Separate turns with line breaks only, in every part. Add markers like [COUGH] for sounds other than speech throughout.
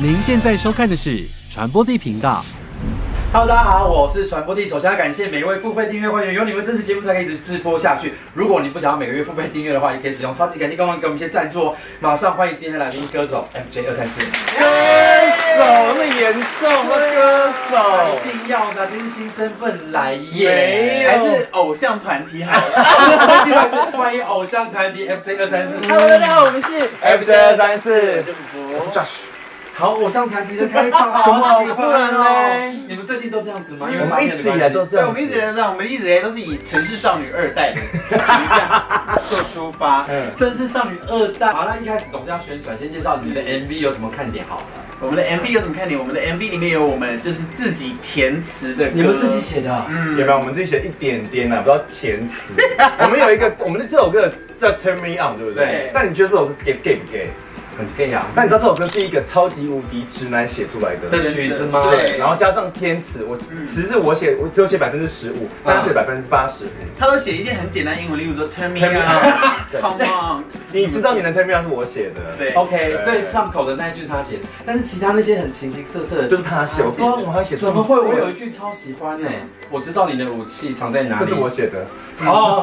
您现在收看的是传播地频道。
Hello，大家好，我是传播帝。首先要感谢每一位付费订阅会员，有你们支持节目才可以一直直播下去。如果你不想要每个月付费订阅的话，也可以使用超级感谢官网给我们一些赞助哦。马上欢迎今天的来宾歌手 FJ 二三四，
手那么严重，歌手
一定要拿这是新身份来
没
耶，
有，
还
还
是
是偶像团体好了。
还是欢迎偶像团体 FJ 二三四。
Hello，大家好，我们是 FJ 二三四，
好，偶像团体的开啊场，
好喜
欢
欢嘞！
你们最近都这样子吗？因为
我
发
们
现
一
的
直以
关
来
系
都是，对，我们一直以来都是，我们一直以来都是以城市少女二代的形象做出发。
真是少女二代。好，那一开始总是要宣传，先介绍你们的 MV 有什么看点好了。
我们的 MV 有什么看点？我们的 MV 里面有我们就是自己填词的歌，
你们自己写的啊？
嗯
有没有？我们自己写一点点啊，不要填词。 [LAUGHS] 我们有一个，我们的这首歌叫《Turn Me On》，对不
对
对？那你觉得这首歌 gay 不 gay 不 gay？
很 gay 啊。
那你知道这首歌是一个超级无敌直男写出来的，
的曲子吗？
对
然后加上填词，我
嗯
其实我写我只有写百分之十五，但他写百分之八十。
他都写一些很简单的英文，例如说 Turn me
Turn
[LAUGHS]
me on
on，Come on，
你知道你的《Turn Me On》是我写的，
[LAUGHS]
对
OK，
对
最上口的那一句是他写的，但是其他那些很形形色色的，
就是他写。我不知道我还写出
怎么会？我有一句超喜欢呢、我知道你的武器藏在哪里。
这是我写的，
哦，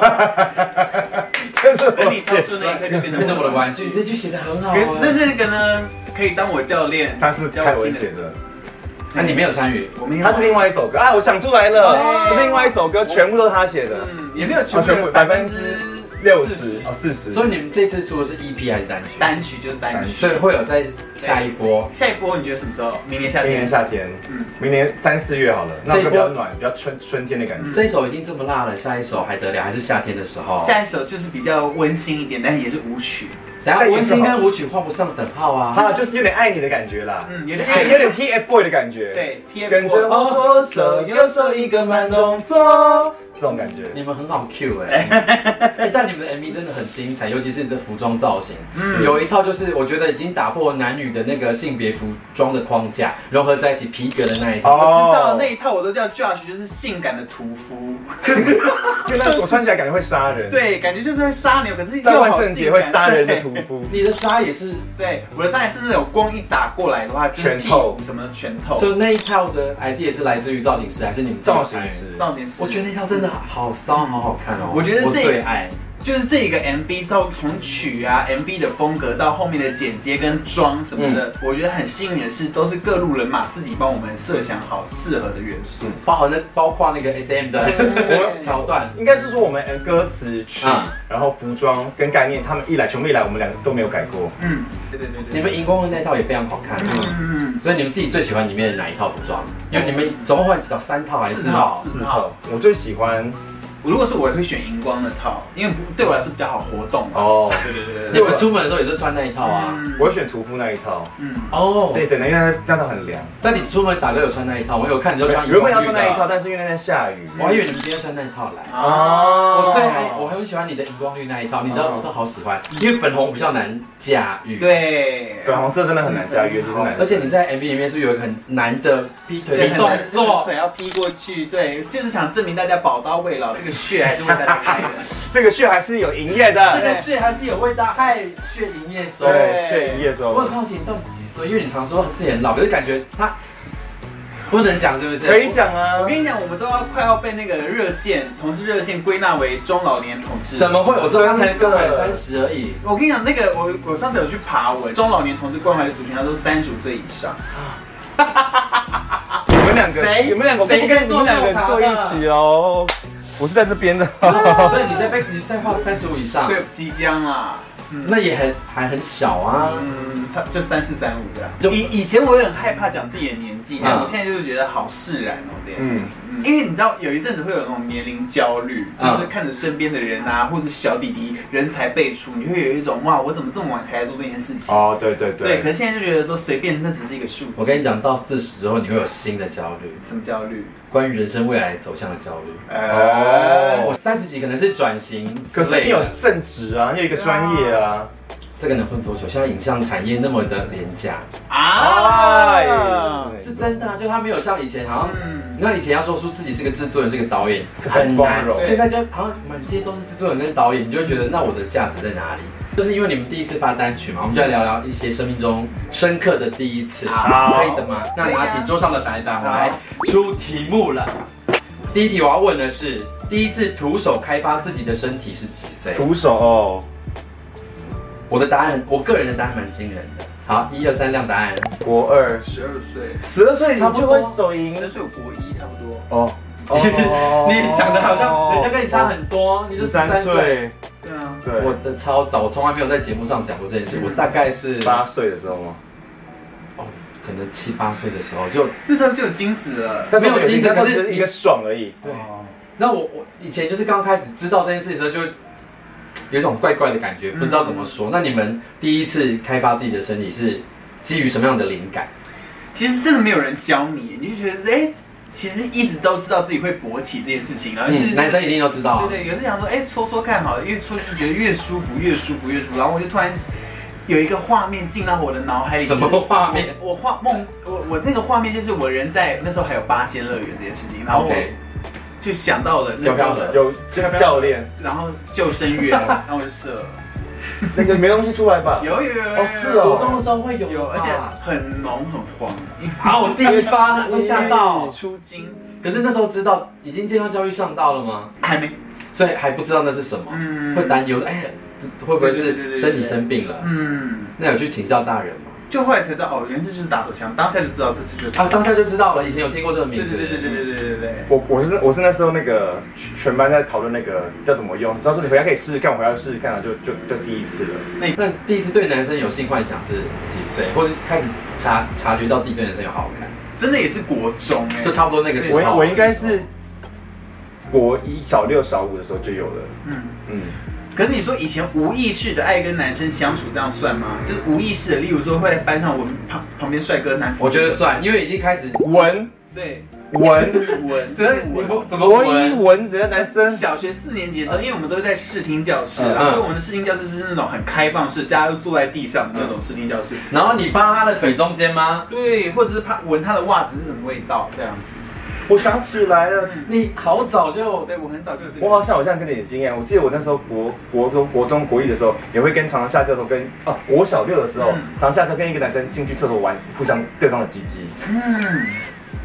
[LAUGHS] 这是
等
我
你
写
唱出
的。
那一刻就变
变
成
成
我
我
的
的
玩
玩
具
具。。这句写的很好、
可是那
欸，
那个呢，可以当我教练，
他是
教
泰
我新
文
的
写的，
那、你没有参与，
我们
他是另外一首歌啊，我想出来了，
对
另外一首歌全部都是他写的，
嗯，也没有全
哦全
部
部
百分之
六
40
十哦四十。
所以你们这次出的是 EP 还是单曲？
单曲就是单曲。
所以会有在下一波。
下一波你觉得什么时候？明年夏
明
天
年。夏天，
嗯
明年三四月好了，那个比较暖，比较春春天的感觉。
这一首已经这么辣了，下一首还得了？还是夏天的时候？
下一首就是比较温馨一点，但也是舞曲。
等下温馨跟舞曲画不上等号啊。
啊，就是有点爱你的感觉啦，
嗯，有
有
点
点有点 TFBOY 的感觉，，
对，TF 哦
跟着我左手右手一个慢动作，这种感觉。
你们很好 Q
[LAUGHS]
哎、欸但你们的 MV 真的很精彩，尤其是你的服装造型，
嗯
有一套就是我觉得已经打破男女的那个性别服装的框架，融合在一起皮革的那一套。
我知
哦
道那一套我都叫 Josh，就是性感的屠夫。 [LAUGHS]
因为那我穿起来感觉会杀人，，
对，感觉就是会杀牛，可是
在
又
万
好
圣
性
节会杀
感。
人的屠夫。
你的纱也是，
对，我的伤害是那种光一打过来的话，就是
拳
屁
头
股什么的拳头。
就那一套的 idea 是来自于造型师还是你们
造型师？
哦造型师，嗯
我觉得那套真的好骚，好好看哦！
我觉得这
我最爱。
就是这个 MV 到从曲啊 MV 的风格到后面的剪接跟妆什么的，我觉得很吸引人是都是各路人马自己帮我们设想好适合的元素。
包含那包括那个 S M 的 [LAUGHS]
对
桥段，
应该是说我们呃歌词曲
嗯，
然后服装跟概念，他们一来全部一来，我们两个都没有改过。
嗯，对对对对，
你们荧光的那套也非常好看。
嗯，
所以你们自己最喜欢里面的哪一套服装？因为你们总共换几套，三套还是四套？
四
四套，我最喜欢
我如果是我也会选荧光的套，因为不对我来说比较好活动哦。
哦，
对对对
你们出门的时候也是穿那一套啊？
嗯
我会选屠夫那一套，
嗯，
哦
所，以真的，因为那那套很凉。
那你出门打歌有穿那一套？我有看你就穿。
原本要穿那一套，，但是因为那天下雨。
我还以为你们今天穿那一套来。
哦
我最爱，我很喜欢你的荧光绿那一套，你知道我都好喜欢，因为粉红比较难驾驭。。
对，
粉红色真的很难驾驭，就是男生。
而且你在 MV 里面是不是有一个很难的劈腿
对
的动作
腿，要劈过去，对，就是想证明大家宝刀未老，这个血还是为大家开的，
这个血还是有营业
这个
的，
血还是有味道，嗨，
血里面走。
对，血营业中
我。很好奇你到底几岁，因为你常说自己很老，可是感觉他不能讲，是不是？
可以讲啊
我，跟你讲，我们都要快要被那个热线同志热线归纳为中老年同志。
怎么？会？我这刚才刚满
真的
三十而已。
我跟你讲，那个我我上次有去爬文，中老年同志关怀的族群，他说三十五岁以上。
你们两个，
谁
你们两个，我
谁
跟
跟
你们两个坐一起哦。我是在这边的，
所以你在被你在画三十五以上，
对，即将啊，嗯，
那也很还很小啊。
嗯，差就三四三五的啦
就。
以以前我也很害怕讲自己的年纪，但
嗯
我现在就是觉得好释然哦这件事情。嗯因为你知道有一阵子会有那种年龄焦虑，就
嗯
是看着身边的人啊，或者是小弟弟人才辈出，你会有一种哇，我怎么这么晚才来做这件事情？
哦，对对
对，
对
可，是现在就觉得说随便，那只是一个数字。
我跟你讲，到四十之后你会有新的焦虑，
什么焦虑？
关于人生未来走向的焦虑。
呃
哦
呃我三十几可能是转型之
可是
类
你有
的，
正职啊，你有一个专业啊，
这个能混多久？现在影像产业那么的廉价，
哎
啊，
是真的、啊，就他没有像以前好像。
嗯，
那以前要说出自己是个制作人，是个导演，
是很光荣
现在就好像满街都是制作人跟导演，你就会觉得那我的价值在哪里？就是因为你们第一次发单曲嘛，我们就来聊聊一些生命中深刻的第一次，
好啊
可以的吗？那拿起桌上的白板，我来出题目了。第一题我要问的是，第一次徒手开发自己的身体是几岁？
徒手哦，
我的答案，我个人的答案蛮惊人的。好，一二三亮答案。
国二
十二岁，
十二岁你
差不
就
多。
会手淫
十二岁我国一差不多，
哦
[LAUGHS] 你讲的好像人家跟你差很多，你是
十三
13岁。
岁，
对啊，
对，
我
我
的超早，我从来没有在节目上讲过这件事。我大概是
八岁的时候吗？
可能七八岁的时候就，
那时候就有精子了。
但是我
没有经历
但
可
是
是
只是一个爽而已。
对那我我以前就是刚开始知道这件事的时候，就有一种怪怪的感觉，
嗯
不知道怎么说。那你们第一次开发自己的身体是基于什么样的灵感？
其实真的没有人教你，你就觉得哎、其实一直都知道自己会勃起这件事情，然后就是、
嗯，男生一定都知道啊。
对对，有时想说哎、搓搓看好了，越搓就觉得越舒服，越舒服，越舒服。然后我就突然有一个画面进到我的脑海里，
什么画面？
我画梦，我我那个画面就是我人在那时候还有八仙乐园这件事情，然后我
OK
就想到了那时
有
候
没有
的，
有这个教练，
然后救
[LAUGHS]
生员，然后我就射了，
那个没东西出来吧？
有有有有，有
哦是哦
国中的时候会有
有，而
而
且很浓很黄，
啊，我第一发会吓到。
出精，
可是那时候知道已经健康教育上到了吗？
还没，
所以还不知道那是什么，
嗯
会担忧，哎呀，这会不会
对对对对
是
对
身体生病了？
嗯，
那有去请教大人吗？
就后来才知道哦，原来这就是打手枪，当下就知道这次就是打
啊，，当下就知道了，以前有听过这个名
对
字。
对对对对对对对对。
我我是我是那时候那个全班在讨论那个要怎么用，他说你回家可以试试看，我回家试试看啊了，就就就第一次了。
那
那第一次对男生有性幻想是几岁，或是开始察察觉到自己对男生有好感，
真的也是国中哎、
就差不多那个时候。
我我应该是国一小六小五的时候就有了，
嗯。
嗯，
可是你说以前无意识的爱跟男生相处，这样算吗？就是无意识的，例如说会在班上闻旁旁边帅哥男，
我觉得算，因为已经开始
闻
对， [LAUGHS]
闻，
闻
怎 [LAUGHS]
真的
么怎么怎么
闻。
国一
闻
闻人家男生
小学四年级的时候，因为我们都是在视听教室，
嗯
然后所以我们的视听教室是那种很开放式，大家都坐在地上的那种视听教室。
然后你扒他的腿中间吗？
对，或者是怕闻他的袜子是什么味道这样子。
我想起来了，
你好早就
对，我很早就有这个。
我好像好像跟你有经验，我记得我那时候国国中国中国一的时候，也会跟常常下课的时候跟啊国小六的时候，
嗯
常常下课跟一个男生进去厕所玩，互相对方的鸡鸡，
嗯，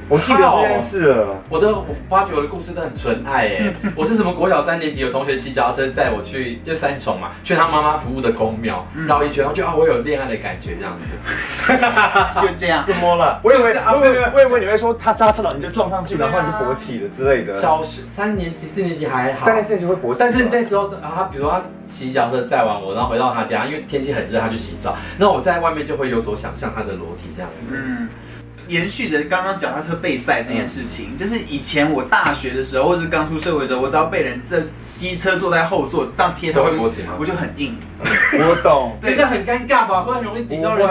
我记得这件事了。
我的我发觉我的故事都很纯爱哎、我是什么国小三年级有同学骑脚踏车载我去就三重嘛，去他妈妈服务的公庙绕一圈，然后就啊我有恋爱的感觉这样子。
就这样。
怎么了？我以为，我
这啊
以
没有
为，我以为你会说他刹车了，你就撞上去，然后你就勃起了之类的。
小学三年级四年级还好，
呃三年四年级会勃起吗，
但是那时候啊，他比如说他骑脚踏车载完我，然后回到他家，因为天气很热，他去洗澡，那我在外面就会有所想象他的裸体这样子。
嗯，延续着刚刚脚踏车被载这件事情，就是以前我大学的时候，或者是刚出社会的时候，我只要被人这机车坐在后座这样贴头，
都会勃起吗
我就很硬。
我懂，
对
这样很尴尬吧，会很容易
不会，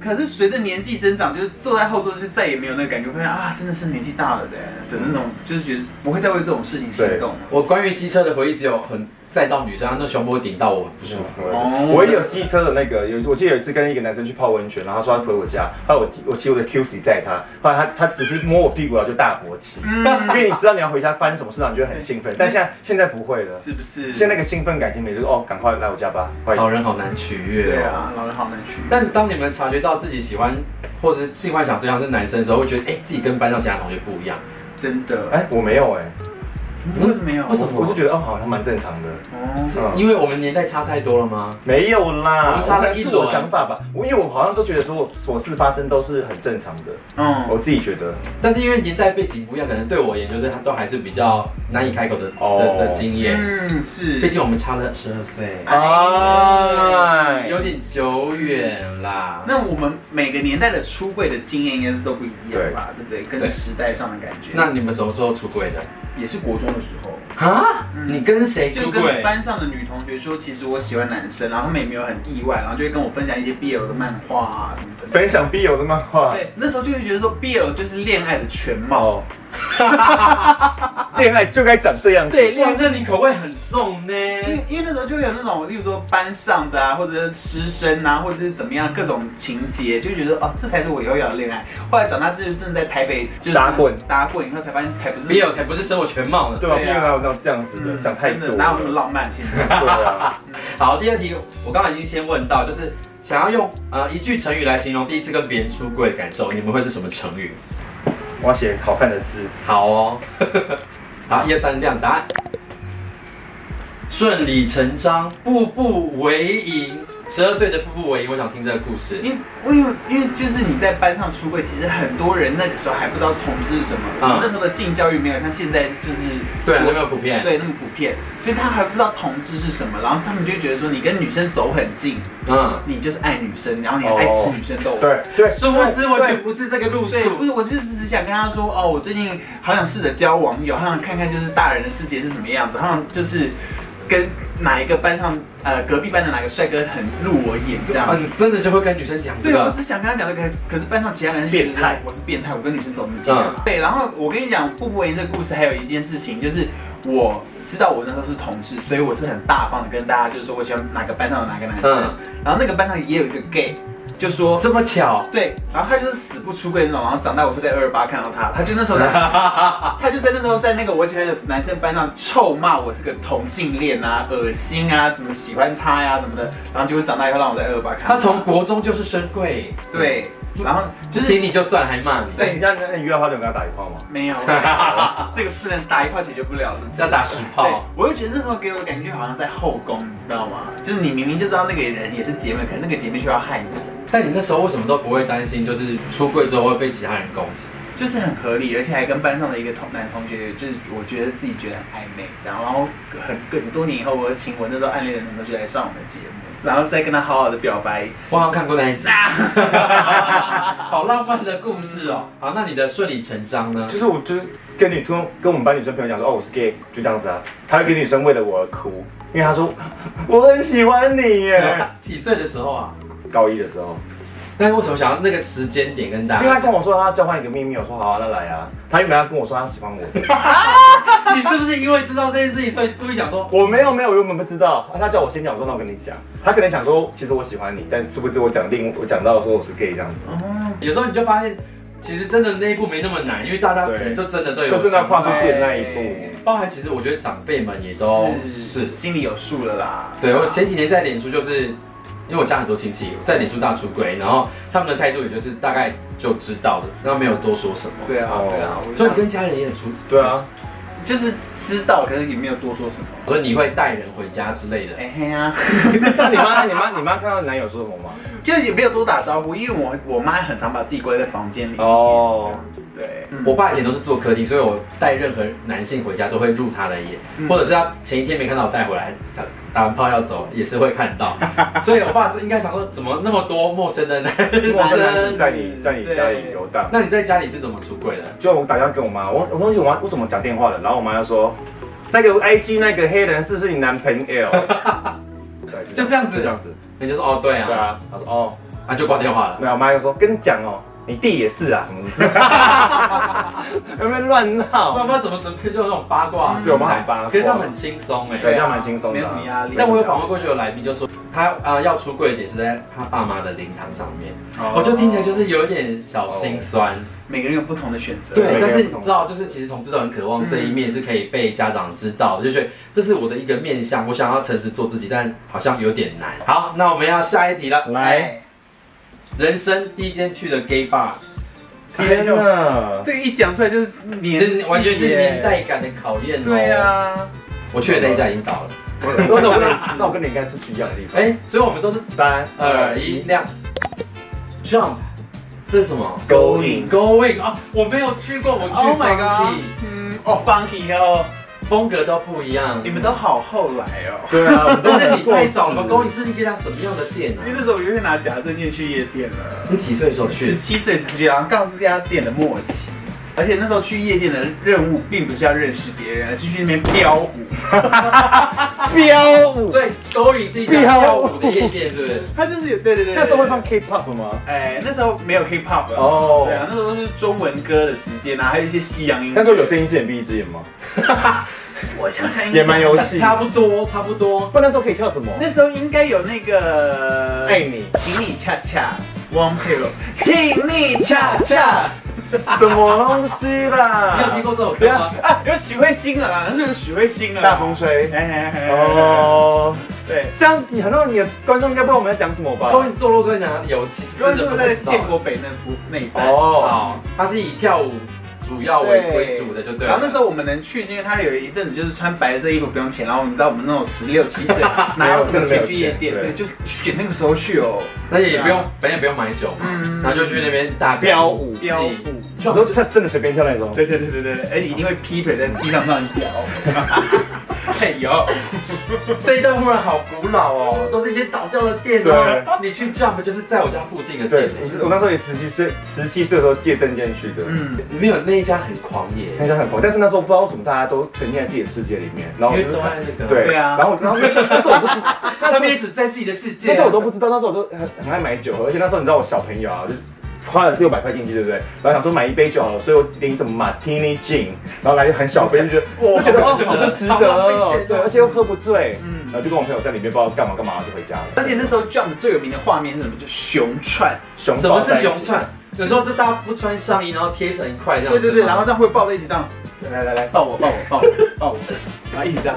可是随着年纪增长，就是坐在后座就是再也没有那个感觉，发现啊，真的是年纪大了的的那种，就是觉得不会再为这种事情心动了。
我关于机车的回忆只有很载到女生，她那胸部顶到我不舒服。
哦
我也有机车的那个，有一次我记得有一次跟一个男生去泡温泉，然后他说他回我家，后来我我骑我的 QC 载他，后来他他只是摸我屁股，然后就大勃起。
嗯
因为你知道你要回家发生什么事，然后你就很兴奋，但现在现在不会了，
是不是？
现在那个兴奋感已经没有，就是哦，赶快来我家吧，快
老人好难取悦
对
哦。
啊，老人好难去。
但当你们察觉到自己喜欢或者是性幻想对象是男生的时候，会觉得哎、自己跟班上其他同学不一样。
真的，
哎，我没有哎，
为什么没有？
为什么
我是觉得哦，好像蛮正常的，
哦，
嗯
因为我们年代差太多了吗？
没有啦，
我们差了一
是
轮
我想法吧，我因为我好像都觉得说琐事发生都是很正常的，我
嗯，
自己觉得，
但是因为年代背景不一样，可能对我而言就是都还是比较难以开口的
哦
的的经验。
嗯，是。
毕竟我们差了十二岁，
哎
有点久远啦。
那我们每个年代的出柜的经验应该是都不一样吧，对不对？
对
跟时代上的感觉，
那你们什么时候出轨的？
也是国中的时候，
啊？
嗯
你跟谁
就
出
跟
轨？
班上的女同学说，其实我喜欢男生，然后他们也没有很意外，然后就会跟我分享一些 BL 的漫画啊什么的。
分享必有的漫画，
对，那时候就会觉得说 BL 就是恋爱的全貌，
哦，恋爱就该长这样子。
对，哇，那你口味很重呢。
因为因为那时候就有那种，例如说班上的啊，或者是师生啊，或者是怎么样各种情节，就觉得哦，这才是我以后要的恋爱。后来长大就是正在台北就是
打滚
打滚以后才发现才不是
没有，才不是生活全貌呢。
对吧？
对啊
毕竟哪有那种这样子的，
嗯
想太多
真的
了。
哪有那么浪漫？其实
对啊，
嗯好，第二题，我刚刚已经先问到，就是想要用呃一句成语来形容第一次跟别人出柜的感受，你们会是什么成语？
我要写好看的字，
好哦， [LAUGHS] 好，一二三，亮答案。顺理成章，步步为营。十二岁的步步为营，我想听这个故事。
因因为因为就是你在班上出柜，其实很多人那个时候还不知道从事什么，我们那时候的性教育没有像现在就是
嗯对啊，有没有普遍？，
对那么普遍，所以他还不知道同志是什么，然后他们就会觉得说你跟女生走很近，
嗯，
你就是爱女生，然后
哦
你爱吃女生豆腐。
对对，
殊不知完
对
全不是这个路
对，不
数。
是，我就是只是想跟他说，哦，我最近好想试着交网友，好想看看就是大人的世界是什么样子，好想就是跟哪一个班上呃隔壁班的哪个帅哥很入我眼这样。
嗯，真的就会跟女生讲这
对，啊我
个
只。是想跟他讲这个，可是班上其他人就觉得
变态
我是变态，我跟女生走那么近干嘛对，然后我跟你讲，步步为营这个故事还有一件事情，就是我知道我那时候是同志，所以我是很大方的跟大家就是说我喜欢哪个班上的哪个男生
嗯，
然后那个班上也有一个 gay，就说
这么巧，
对，然后他就是死不出柜那种，然后长大我会在二二八看到他，他就那时候在，他就在那时候在那个我喜欢的男生班上臭骂我是个同性恋啊，恶心啊，什么喜欢他呀、什么的，然后结果长大以后让我在二二八看到
他从国中就是深贵，
对，然后
就
就
是听
是
你就算，还骂你。
对
你那那你遇到他，你有跟他打一炮吗？
没
[LAUGHS]
有，这个不能打一炮解决不了的，
要打十
对
炮。，
我就觉得那时候给我的感觉好像在后宫，你知道吗？就是你明明就知道那个人也是姐妹，可那个姐妹却要害你。
但你那时候为什么都不会担心，就是出柜之后会被其他人攻击？
就是很合理，而且还跟班上的一个同男同学，就是我觉得自己觉得很暧昧，这样，然后很很多年以后，我又请我那时候暗恋的男同学来上我们的节目，然后再跟他好好的表白一次
我。好像看过那一 [LAUGHS] 集，好浪漫的故事哦。好，那你的顺理成章呢？
就是我就是跟女跟跟我们班女生朋友讲说，哦，我是 gay，就这样子啊。他会跟女生为了我而哭，因为他说 [LAUGHS] 我很喜欢你耶。
几岁的时候啊？
[LAUGHS] 高一的时候，
但是为什么想要那个时间点跟大
因为
家
他跟
讲？
我说他交换一个秘密，我说好、啊，那来啊。他原本要跟我说他喜欢我，
你是不是因为知道这件事情，所以故意想说？
[LAUGHS] 我没有没有，我原本不知道。啊他叫我先讲，我说那我跟你讲。他可能想说，其实我喜欢你，但殊不知我讲另我讲到说我是 gay 这样子，
哦，
有时候你就发现，其实真的那一步没那么难，因为大家可
对
能就真的都有，
就正在跨出
去。
界那一步。
包含其实我觉得长辈们也都
是
是
心里有数了啦。
对我前几年在脸书就是，因为我家很多亲戚在脸书大出轨，然后他们的态度也就是大概就知道了，然后没有多说什么。
对啊
哦
对啊，我
所以
就
你跟家人也很出，
对啊，
就是知道，可是也没有多说什么。
所以你会带人回家之类的。
哎嘿啊，[LAUGHS]
[LAUGHS] 那你妈你妈你妈看到你男友说什么吗？
就是也没有多打招呼，因为我我妈很常把自己关在房间里面。哦，
哦
对，嗯
我爸以前都是做客厅，所以我带任何男性回家都会入他的眼，
嗯
或者是他前一天没看到我带回来，打打完炮要走也是会看
[LAUGHS]
到。所以我爸应该想说，怎么那么多陌生的男
陌生男
生
子？在你在你家里游荡。
那你在家里是怎么出轨的？
就我打电话给我妈，我我忘记我妈为什么讲电话了，然后我妈就说，那个 IG 那个黑人是不是你男朋友？
[LAUGHS]
对，
就这样子
就这样子。
你就说哦，对啊，
对啊，她说哦，
啊就挂电话了。
没有，我妈就说跟你讲哦，你弟也是啊，
[LAUGHS]
什么什么，有没有乱
妈
闹？
妈怎么准备就有那种八卦
是我妈很八卦
可嗯是他们很轻松哎。
对这样蛮轻松的
没什么压力。
但我有访问过，就有来宾就说他啊、呃要出柜的点是在他爸妈的灵堂上面，
哦
我就听起来就是有点小心酸。
每个人有不同的选择。
哦对，嗯
每个
但
人
是
不
你
同
知道，就是其实同志都很渴望这一面是可以被家长知道的，就觉得这是我的一个面向，我想要诚实做自己，但好像有点难。好，那我们要下一题了。
来，
人生第一间去的 gay bar，
天哪！
这个一讲出来就是年纪
这
耶，
完全是年代感的考验哦。
对，啊，
我去的那一家已经倒了。
为什么跟你那我跟你应该是去一样的地方？
哎、所以我们都是
三
二一，亮，jump，这是什么
Going
？Going 啊，我没有去过，我哦去
Oh my
当
god！
地
嗯，哦，Funky 哦，
风格都不一样。
你们都好后来哦。
对啊，我们都
但是
很
你
过
太
时
早了，Going 是一家什么样的店
因为
啊？
那时候我就会拿假证件去夜店了，
你几岁的时候
十
去？
七岁十七，然后刚好是这家店的末期。而且那时候去夜店的任务并不是要认识别人，而是去那边飙舞。
飙舞，
所以勾引是一家跳舞的夜店，是不是？
他就是有对对对，对
那
[LAUGHS]
时候会放。K-pop 吗？
哎，那时候没有 K-pop
哦
哦，对啊，那时候都是中文歌的时间啊，还有一些西洋音乐。
那时候有睁一只眼闭一只眼吗？
[LAUGHS] 我想想
野蛮游戏，
差不多，差不多。
不然那时候可以跳什么？
那时候应该有那个
爱你
请你恰恰 One Pill，请你恰恰
什么东西啦？
你有听过这首歌吗？
啊，有许慧欣了啦，那是有许慧欣了啦，
大风吹？
哎哎哎，哦，
哦，
对，
这样子很多你的观众应该不知道我们在讲什么吧？
勾引坐落在哪里？我其实
如果
真
是
的
不
不
是在
知道
建国北那部那一带
哦，
哦，它是以跳舞主要为为主的，就对了。
然后那时候我们能去，是因为他有一阵子就是穿白色衣服不用钱，然后我们知道我们那种十六七岁哪有什么钱去夜店，
真的没
对，
有钱对
就是选那个时候去哦，
那也不用，反正也不用买酒嘛，
嗯
然后就去那边大
飙舞
飙
飙
舞
舞，
你说他真的随便跳那种？
对对对对对对，而且一定会劈腿在地上乱摇，哎呦，
[LAUGHS] 这一段忽然好古老哦，都是一些倒掉的店哦。你去 Jump 就是在我家附近的
对
店，，
我是我那时候也十七岁，十七岁的时候借证件去的。嗯，
嗯。
没有那一家很狂野，
那时候很狂，但是那时候不知道为什么大家都沉浸在自己的世界里面，然后
因
我
为
就
都爱那个。
对
对啊
然后然后那时候那时候我不知，
他们也只在自己的世界。啊
那时候我都不知道，那时候我都很很爱买酒喝，而且那时候你知道我小朋友啊，就花了六百块进去，对不对？然后想说买一杯酒好了，所以我点什么 Martini Gin，然后来很小杯，就觉得
哇
我觉得哦，
好值得
好值
好
得
浪费钱
哦
哦，
对，而且又喝不醉，
嗯
然后就跟我朋友在里面不知道干嘛干嘛就回家了。
而且那时候 Jump 最有名的画面是什么？就熊串，
熊
什么
抱
是
在一起
熊？串？有时候就大家不穿上衣，然后贴成一块这样
对
子。
对对，然后这样会抱在一起，这样，来来来，抱我抱我抱我抱我，然后一起这样，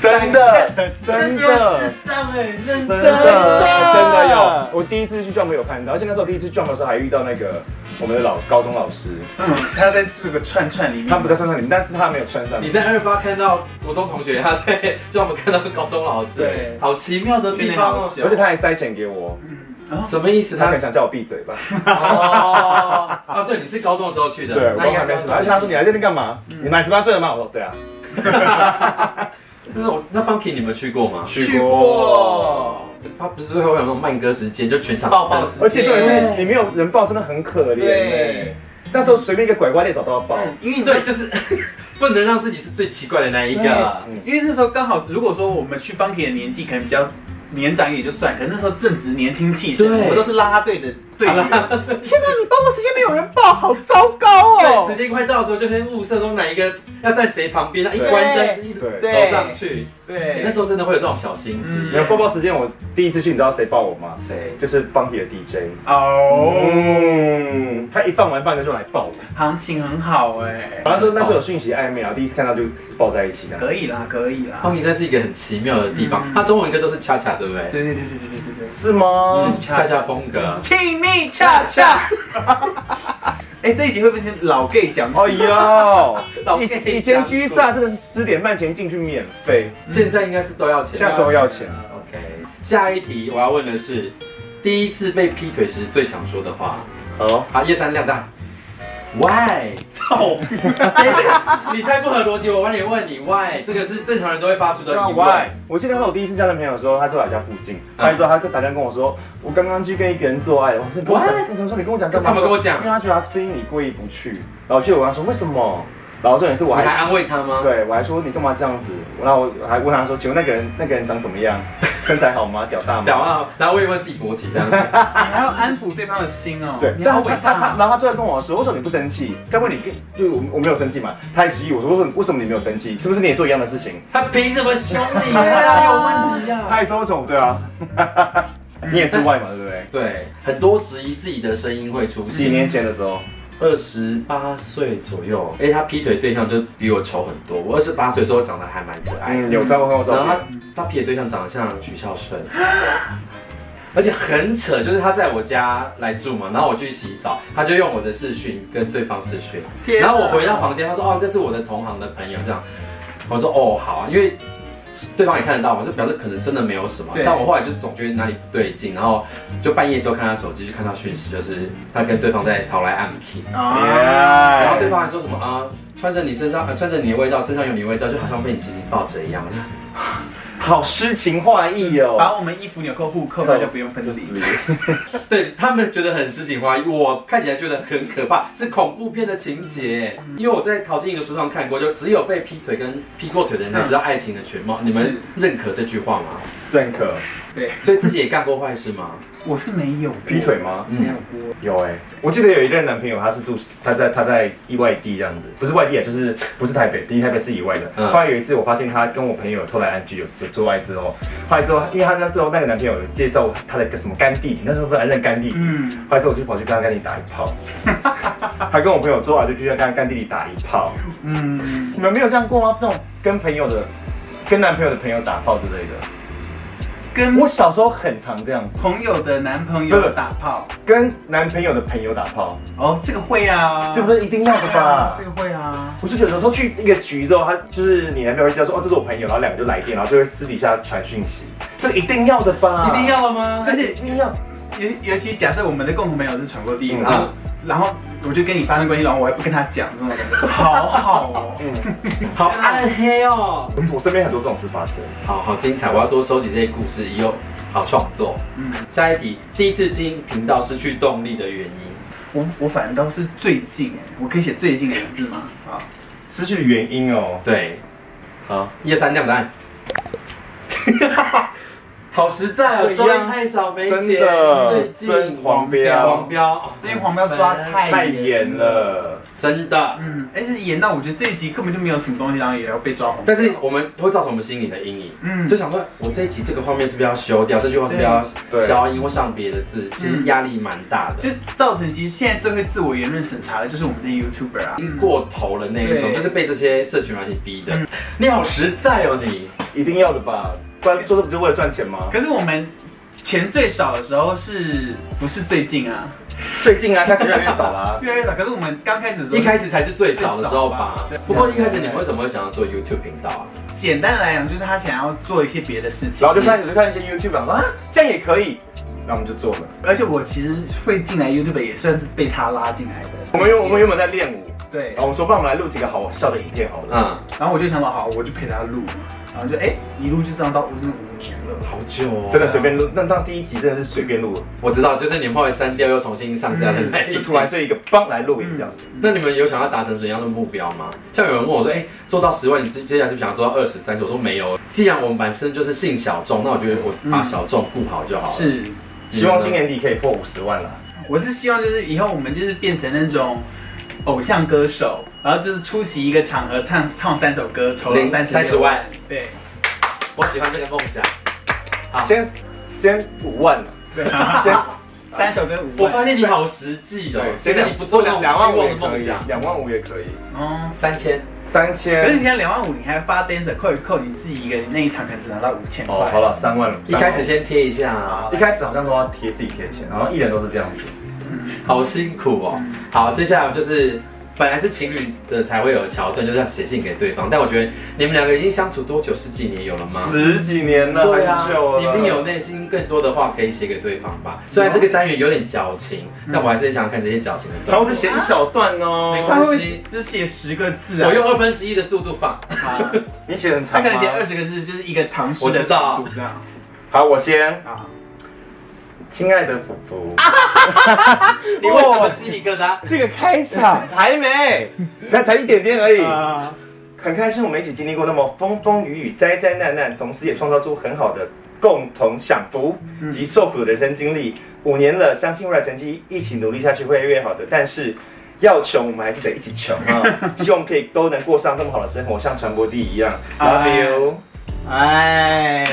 真的真的。
这样哎，认真
真的真的有，我第一次去 jump 有看到，而且那时候第一次 jump 的时候还遇到那个我们的老高中老师，
嗯，他在这个串串里面，
他不在穿上里面，但是他没有穿上
你在二八看到国中同学，他在 [LAUGHS] Jump 看到高中老师，
对
好奇妙的地方哦。
而且他还塞钱给我，
嗯，然后
什么意思？
他
他
很想叫我闭嘴吧？
哦啊，对，你是高中的时候去的，
对，我
那应该
还
是
没
要
十八，而且他说你来这边干嘛？你满十八岁了吗？我说对啊，
那种那 Funky 你们去过吗？
去过，
他不是最后有那种慢歌时间，就全场
抱抱时
而且重点
对
是你没有人抱，真的很可怜
对
哎。那时候随便一个拐瓜裂枣都要抱，
嗯，因为你
对，就是 [LAUGHS] 不能让自己是最奇怪的那一个。
嗯
因为那时候刚好，如果说我们去 Funky 的年纪可能比较年长一点就算，可能那时候正值年轻气盛，
对
我们都是啦啦队的队员。天哪，你抱我时间没有人抱，好糟糕
对，时！间快到的时候，就先物色说哪一个要在谁旁边，那一关灯一走
对
对
上去。你那
对
时，候真的会有这种小心机
嗯。
没有抱抱时间，我第一次去，你知道谁抱我吗？
谁？
就是邦迪的 DJ。
哦，
嗯，他一放完饭就来抱我，
行情很好哎，
好像是那时候有讯息暧昧啊，第一次看到就抱在一起的。
可以啦，可以啦。
方平山是一个很奇妙的地方
嗯，
它中文歌都是恰恰，对不对？嗯
对对对对对对对对。
是吗
就？是恰恰风格。
请你恰恰。哎，这一集会不会是老 gay 讲？
哎
老
呦，
可以
以以
这样
前居萨真的是十点半前进去免费，
现在应该是都要钱
现在
吧。
都要钱。
OK，下一题我要问的是，第一次被劈腿时最想说的话。
好，
好，叶三亮大。Why？
操！
等一下，你太不合逻辑，我晚点问你 why，这个是正常人都会发出的
对啊
疑问啊
，Why？。我记得那时候我第一次交男朋友的时候，他住在我家附近，后来之后他就打电话跟我说，我刚刚去跟一个人做爱，我说你跟我
What？
讲，你说你跟我讲干嘛？
干嘛跟我讲
因为他觉得他声音你过意不去，然后我记得我跟他说为什么，然后重点是我
你还
还。
安慰他吗？
对，我还说你干嘛这样子？然后我还问他说，请问那个人那个人长怎么样？ [LAUGHS] 身材好吗？屌大吗？
屌啊！然后我也问自己国籍这样子。
你还要安抚对方的心哦。
对，
你
然
好
后
伟
他
啊
他他，
大
然。后他最后跟我说，为什么你不生气？该问你跟，就是我我没有生气嘛，他还质疑我说，为什么为什么你没有生气？是不是你也做一样的事情？
[LAUGHS] 他凭什么凶你啊？有问题
他
啊！
还说为什么？对啊， [LAUGHS] 你也是外嘛，对不对？
[LAUGHS] 对，很多质疑自己的声音会出
几
现。
年前的时候，
二十八岁左右，哎，他劈腿对象就比我丑很多。我二十八岁的时候长得还蛮可爱的，
嗯，有照过看过照
然后他
片，
他劈腿对象长得像许孝顺， [LAUGHS] 而且很扯，就是他在我家来住嘛，然后我去洗澡，他就用我的视讯跟对方视讯，
天哪
然后我回到房间，他说哦这是我的同行的朋友这样，我说哦好啊，因为。对方也看得到嘛，就表示可能真的没有什么。
对
但我后来就是总觉得哪里不对劲，然后就半夜的时候看他手机，就看到讯息，就是他跟对方在讨来暗皮，
啊
然后对方还说什么啊、穿着你身上、呃穿着你的味道，身上有你的味道，就好像被你紧紧抱着一样。
好诗情画意哦。
把我们衣服纽扣互扣，那就不用分离。
对他们觉得很诗情画意，我看起来觉得很可怕，是恐怖片的情节。
嗯
因为我在陶晶莹的书上看过，就只有被劈腿跟劈过腿的人才知道爱情的全貌。你们认可这句话吗？
认可
对，
所以自己也干过坏事
[LAUGHS]
吗？
我是没有嗯
劈腿吗？
没有过。
有哎、我记得有一任男朋友，他是住他在他在外地这样子，不是外地啊，就是不是台北，离台北市以外的。
嗯
后来有一次，我发现他跟我朋友偷来安居有有做爱之后，后来之后，因为他那时候那个男朋友有介绍他的什么干弟弟，那时候不是还认干弟弟，
嗯
后来之后我就跑去跟他干弟弟打一
[LAUGHS]
炮，还跟我朋友做完就去跟他干弟弟打一炮。
嗯，
你们没有这样过吗？那种跟朋友的，跟男朋友的朋友打炮之类的。
跟
我小时候很常这样子，
朋友的男朋
不
友
是
打炮，
跟男朋友的朋友打炮，
哦，这个会啊，
对不对？一定要的
对啊
吧？
这个会啊。
我是有时候去一个局之后，他就是你男朋友会知道说哦，这是我朋友，然后两个就来电，然后就会私底下传讯息，这一定要的吧？
一定，要了啊吗？而
而且
且
一定要。
尤尤其假设我们的共同朋友是传播第一，
嗯
然后然后我就跟你发生关系，然后我还不跟他讲，这种感
[LAUGHS]
觉好好哦。
好暗
哎
黑哦，
嗯我身边很多这种事发生，
好好精彩，我要多收集这些故事，以后好创作。
嗯，
下一题，第一次经营频道失去动力的原因，
我我反倒是最近哎，我可以写最近两个字吗？啊，
失去的原因哦。
对，
好，
一二三，亮
[LAUGHS]
答案。好实在哦，收
怎样
益太少，梅
真
姐。
的
最，
真
近
黄
黄
标，
标，
因为黄标抓太
太严。了。
嗯真的。
嗯，而且演到我觉得这一集根本就没有什么东西，然后也要被抓红。
但是我们会造成我们心理的阴影，
嗯
就想说，我这一集这个画面是不是要修掉？这句话是不是要
对
消音或上别的字？其实压力蛮大的，
就造成其实现在最会自我言论审查的就是我们这些 YouTuber 啊
已。
嗯
经过头了那一种，
对
就是被这些社群软体逼的
嗯。
你好实在哦，你。
一定要的吧？不然做这不是为了赚钱吗？
可是我们钱最少的时候是不是最近啊？
最近啊，开始越来越少啦、
越来越少。可是我们刚开始的时候，
一开始才是最少的时候吧
最少吧。
不过一开始你们为什么会想要做 YouTube 频道啊？
简单来讲，就是他想要做一些别的事情
[LAUGHS] 然后。就开始就看一些 YouTube，然后说啊，这样也可以，那我们就做了。
而且我其实会进来 YouTube 也算是被他拉进来的。
我们原我们原本在练舞，
对
然后，我们说，不然我们来录几个好笑的影片好了。
嗯，
然后我就想到，好，我就陪他录，然后就哎、一路就这样到那五年了。
好久哦，
真的随便录，那当第一集真的是随便录，
我知道，就是你们后来删掉又重新上架的那一集。
就嗯突然这一个帮来录影这样子。
那你们有想要达成怎样的目标吗？像有人问我说，哎、做到十万，你接下来是不是想要做到二十、三十？我说没有，既然我们本身就是信小众，那我觉得我把小众顾好就好了。，
是，
希望今年底可以破五十万啦。啊
我是希望就是以后我们就是变成那种偶像歌手，然后就是出席一个场合唱唱三首歌，筹了
零
三十
30万。
对，
我喜欢这个梦想。好
先先五万了，
对，
先
三首歌五万。
[LAUGHS] 我发现你好实际哦，其
先
实你不做
两
两
两
两
万
万
五
我
也
的
可
梦
以
想，，
两万五也可以，
哦，
三千。
三
可是你
千
现。在两万五，你还发 dancer 扣一扣，你自己一个人那一场可能只拿到五千块。
哦，好了，三万了。
一开始先贴一下啊，
好，
一开始好像都要贴自己贴钱，然后艺人都是这样子。
好辛苦哦。好，接下来就是本来是情侣的才会有桥段，就是要写信给对方，但我觉得你们两个已经相处多久，十几年有了吗？
十几年 [LAUGHS] 了，
对
很久
啊，
了。
你一定有内心更多的话可以写给对方吧。虽然这个单元有点矫情，但我还是很想看这些矫情的
然
段
后
落
只。写一小段
没
哦
关。
他会不会只写十个字啊？
我用二分之一的速度放， [LAUGHS]
他，
你写很
他
长
可
吗
能写二十个字，就是一个唐诗
我
的
知道
程度这样。
好，我先。
啊，
亲爱的福福，
你为什么鸡皮疙瘩？
这个开场还没， [LAUGHS] 才才一点点而已。
[LAUGHS]
啊
很开心我们一起经历过那么风风雨雨、灾灾难难，同时也创造出很好的共同享福及受苦的人生经历。五年了，相信未来成绩一起努力下去会越来越好的。但是要穷，我们还是得一起穷 [LAUGHS] 啊！希望我们可以都能过上那么好的生活，像传播地一样。
哎
Love you，
哎，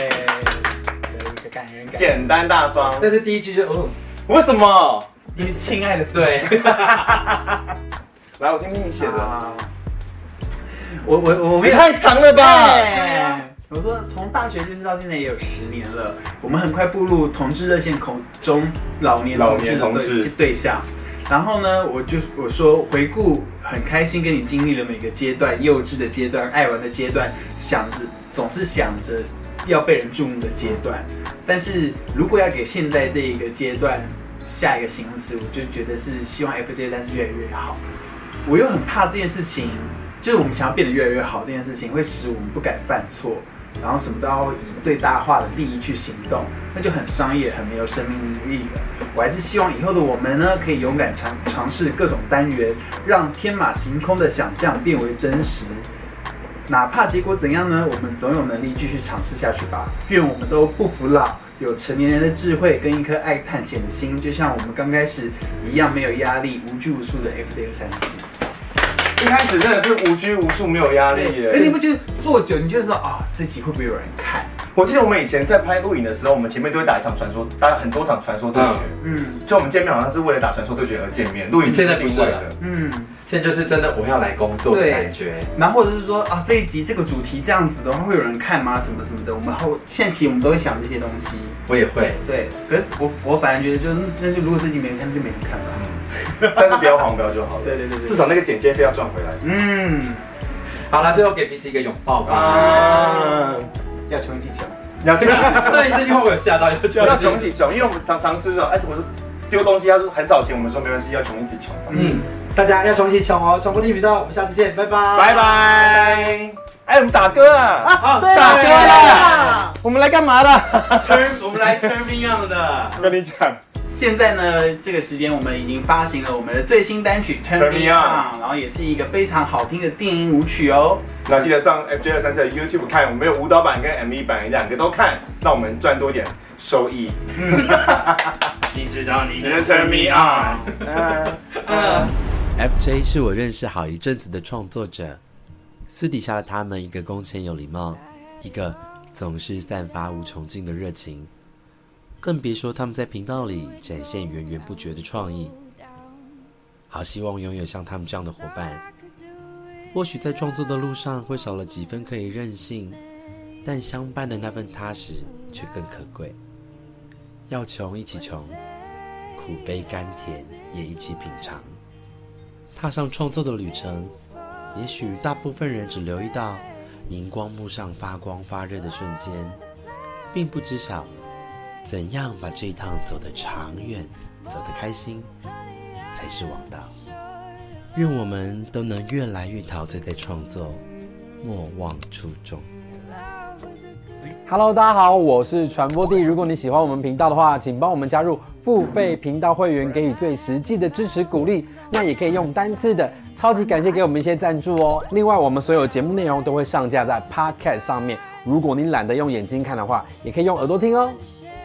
感人感人。
简单大方。
但是第一句就哦，
为什么？
你是亲爱的，
对，
来，我听听你写的。
啊。我我我我没
也
有。
太长了吧！
哎我说从大学认识到现在也有十年了，我们很快步入同志热线口中老年同志
老年同
的
志
对对象。然后呢，我就我说回顾很开心跟你经历了每个阶段，幼稚的阶段，爱玩的阶段，想着总是想着要被人注目的阶段。但是如果要给现在这一个阶段下一个形容词，我就觉得是希望 FJ 三是越来越好。我又很怕这件事情，就是我们想要变得越来越好这件事情，会使我们不敢犯错，然后什么都要以最大化的利益去行动，那就很商业，很没有生命力了。我还是希望以后的我们呢，可以勇敢尝尝试各种单元，让天马行空的想象变为真实。哪怕结果怎样呢，我们总有能力继续尝试下去吧。愿我们都不服老，有成年人的智慧跟一颗爱探险的心，就像我们刚开始一样，没有压力、无拘无束的 FJ 六三四。
一开始真的是无拘无束，没有压力
哎，你
耶。
不觉得做久，你就说啊、这集会不会有人看？
我记得我们以前在拍录影的时候，我们前面都会打一场传说，打很多场传说对决。
嗯
就我们见面好像是为了打传说对决而见面，录影
现在
不是
不会了
的。
嗯。
现在就是真的我要来工作的感觉。
然后或者是说啊，这一集这个主题这样子的话，会有人看吗？什么什么的，我们后现在其实我们都会想这些东西。
我也会，
对，可是我我反而觉得就是那就如果这集没人看，那就没人看吧。
但是不要黄标就好了。
[LAUGHS] 对对对对
至少那个剪接费要赚回来。
嗯，
好了，最后给彼此一个拥抱吧。 [LAUGHS]
啊，
要穷一起穷。
[LAUGHS] 要这个
对，这句话我有吓到，要
不要穷一起穷，因为我们常常就是说，哎，我说丢东西，他说很少钱，我们说没关系，要穷一起穷。
嗯，大家要重新穷哦，重复地频道，我们下次见，拜拜，
拜。拜。哎，我们打歌啊，
好，
打歌啦，我们来干嘛 [LAUGHS] 的？
我们来 turn me on 的。
跟你讲，
现在呢，这个时间我们已经发行了我们的最新单曲《Turn
Turn
Me
Me
On
On》，
然后也是一个非常好听的电音舞曲哦。
那记得上 FJ 二三四的 YouTube 看，我们有舞蹈版跟 MV 版两个都看，让我们赚多一点收益。
你知道你
Turn me on。
FJ 是我认识好一阵子的创作者，私底下的他们，一个恭谦有礼貌，一个总是散发无穷尽的热情，更别说他们在频道里展现源源不绝的创意。好希望拥有像他们这样的伙伴，或许在创作的路上会少了几分可以任性，但相伴的那份踏实却更可贵。要穷一起穷，苦悲甘甜也一起品尝。踏上创作的旅程，也许大部分人只留意到荧光幕上发光发热的瞬间，并不知晓怎样把这一趟走得长远、走得开心，才是王道。愿我们都能越来越陶醉在创作，莫忘初衷。
Hello，大家好，我是传播帝。如果你喜欢我们频道的话，请帮我们加入付费频道会员，给予最实际的支持鼓励。那也可以用单次的，超级感谢给我们一些赞助哦。另外，我们所有节目内容都会上架在 Podcast 上面，如果你懒得用眼睛看的话，也可以用耳朵听哦。
share.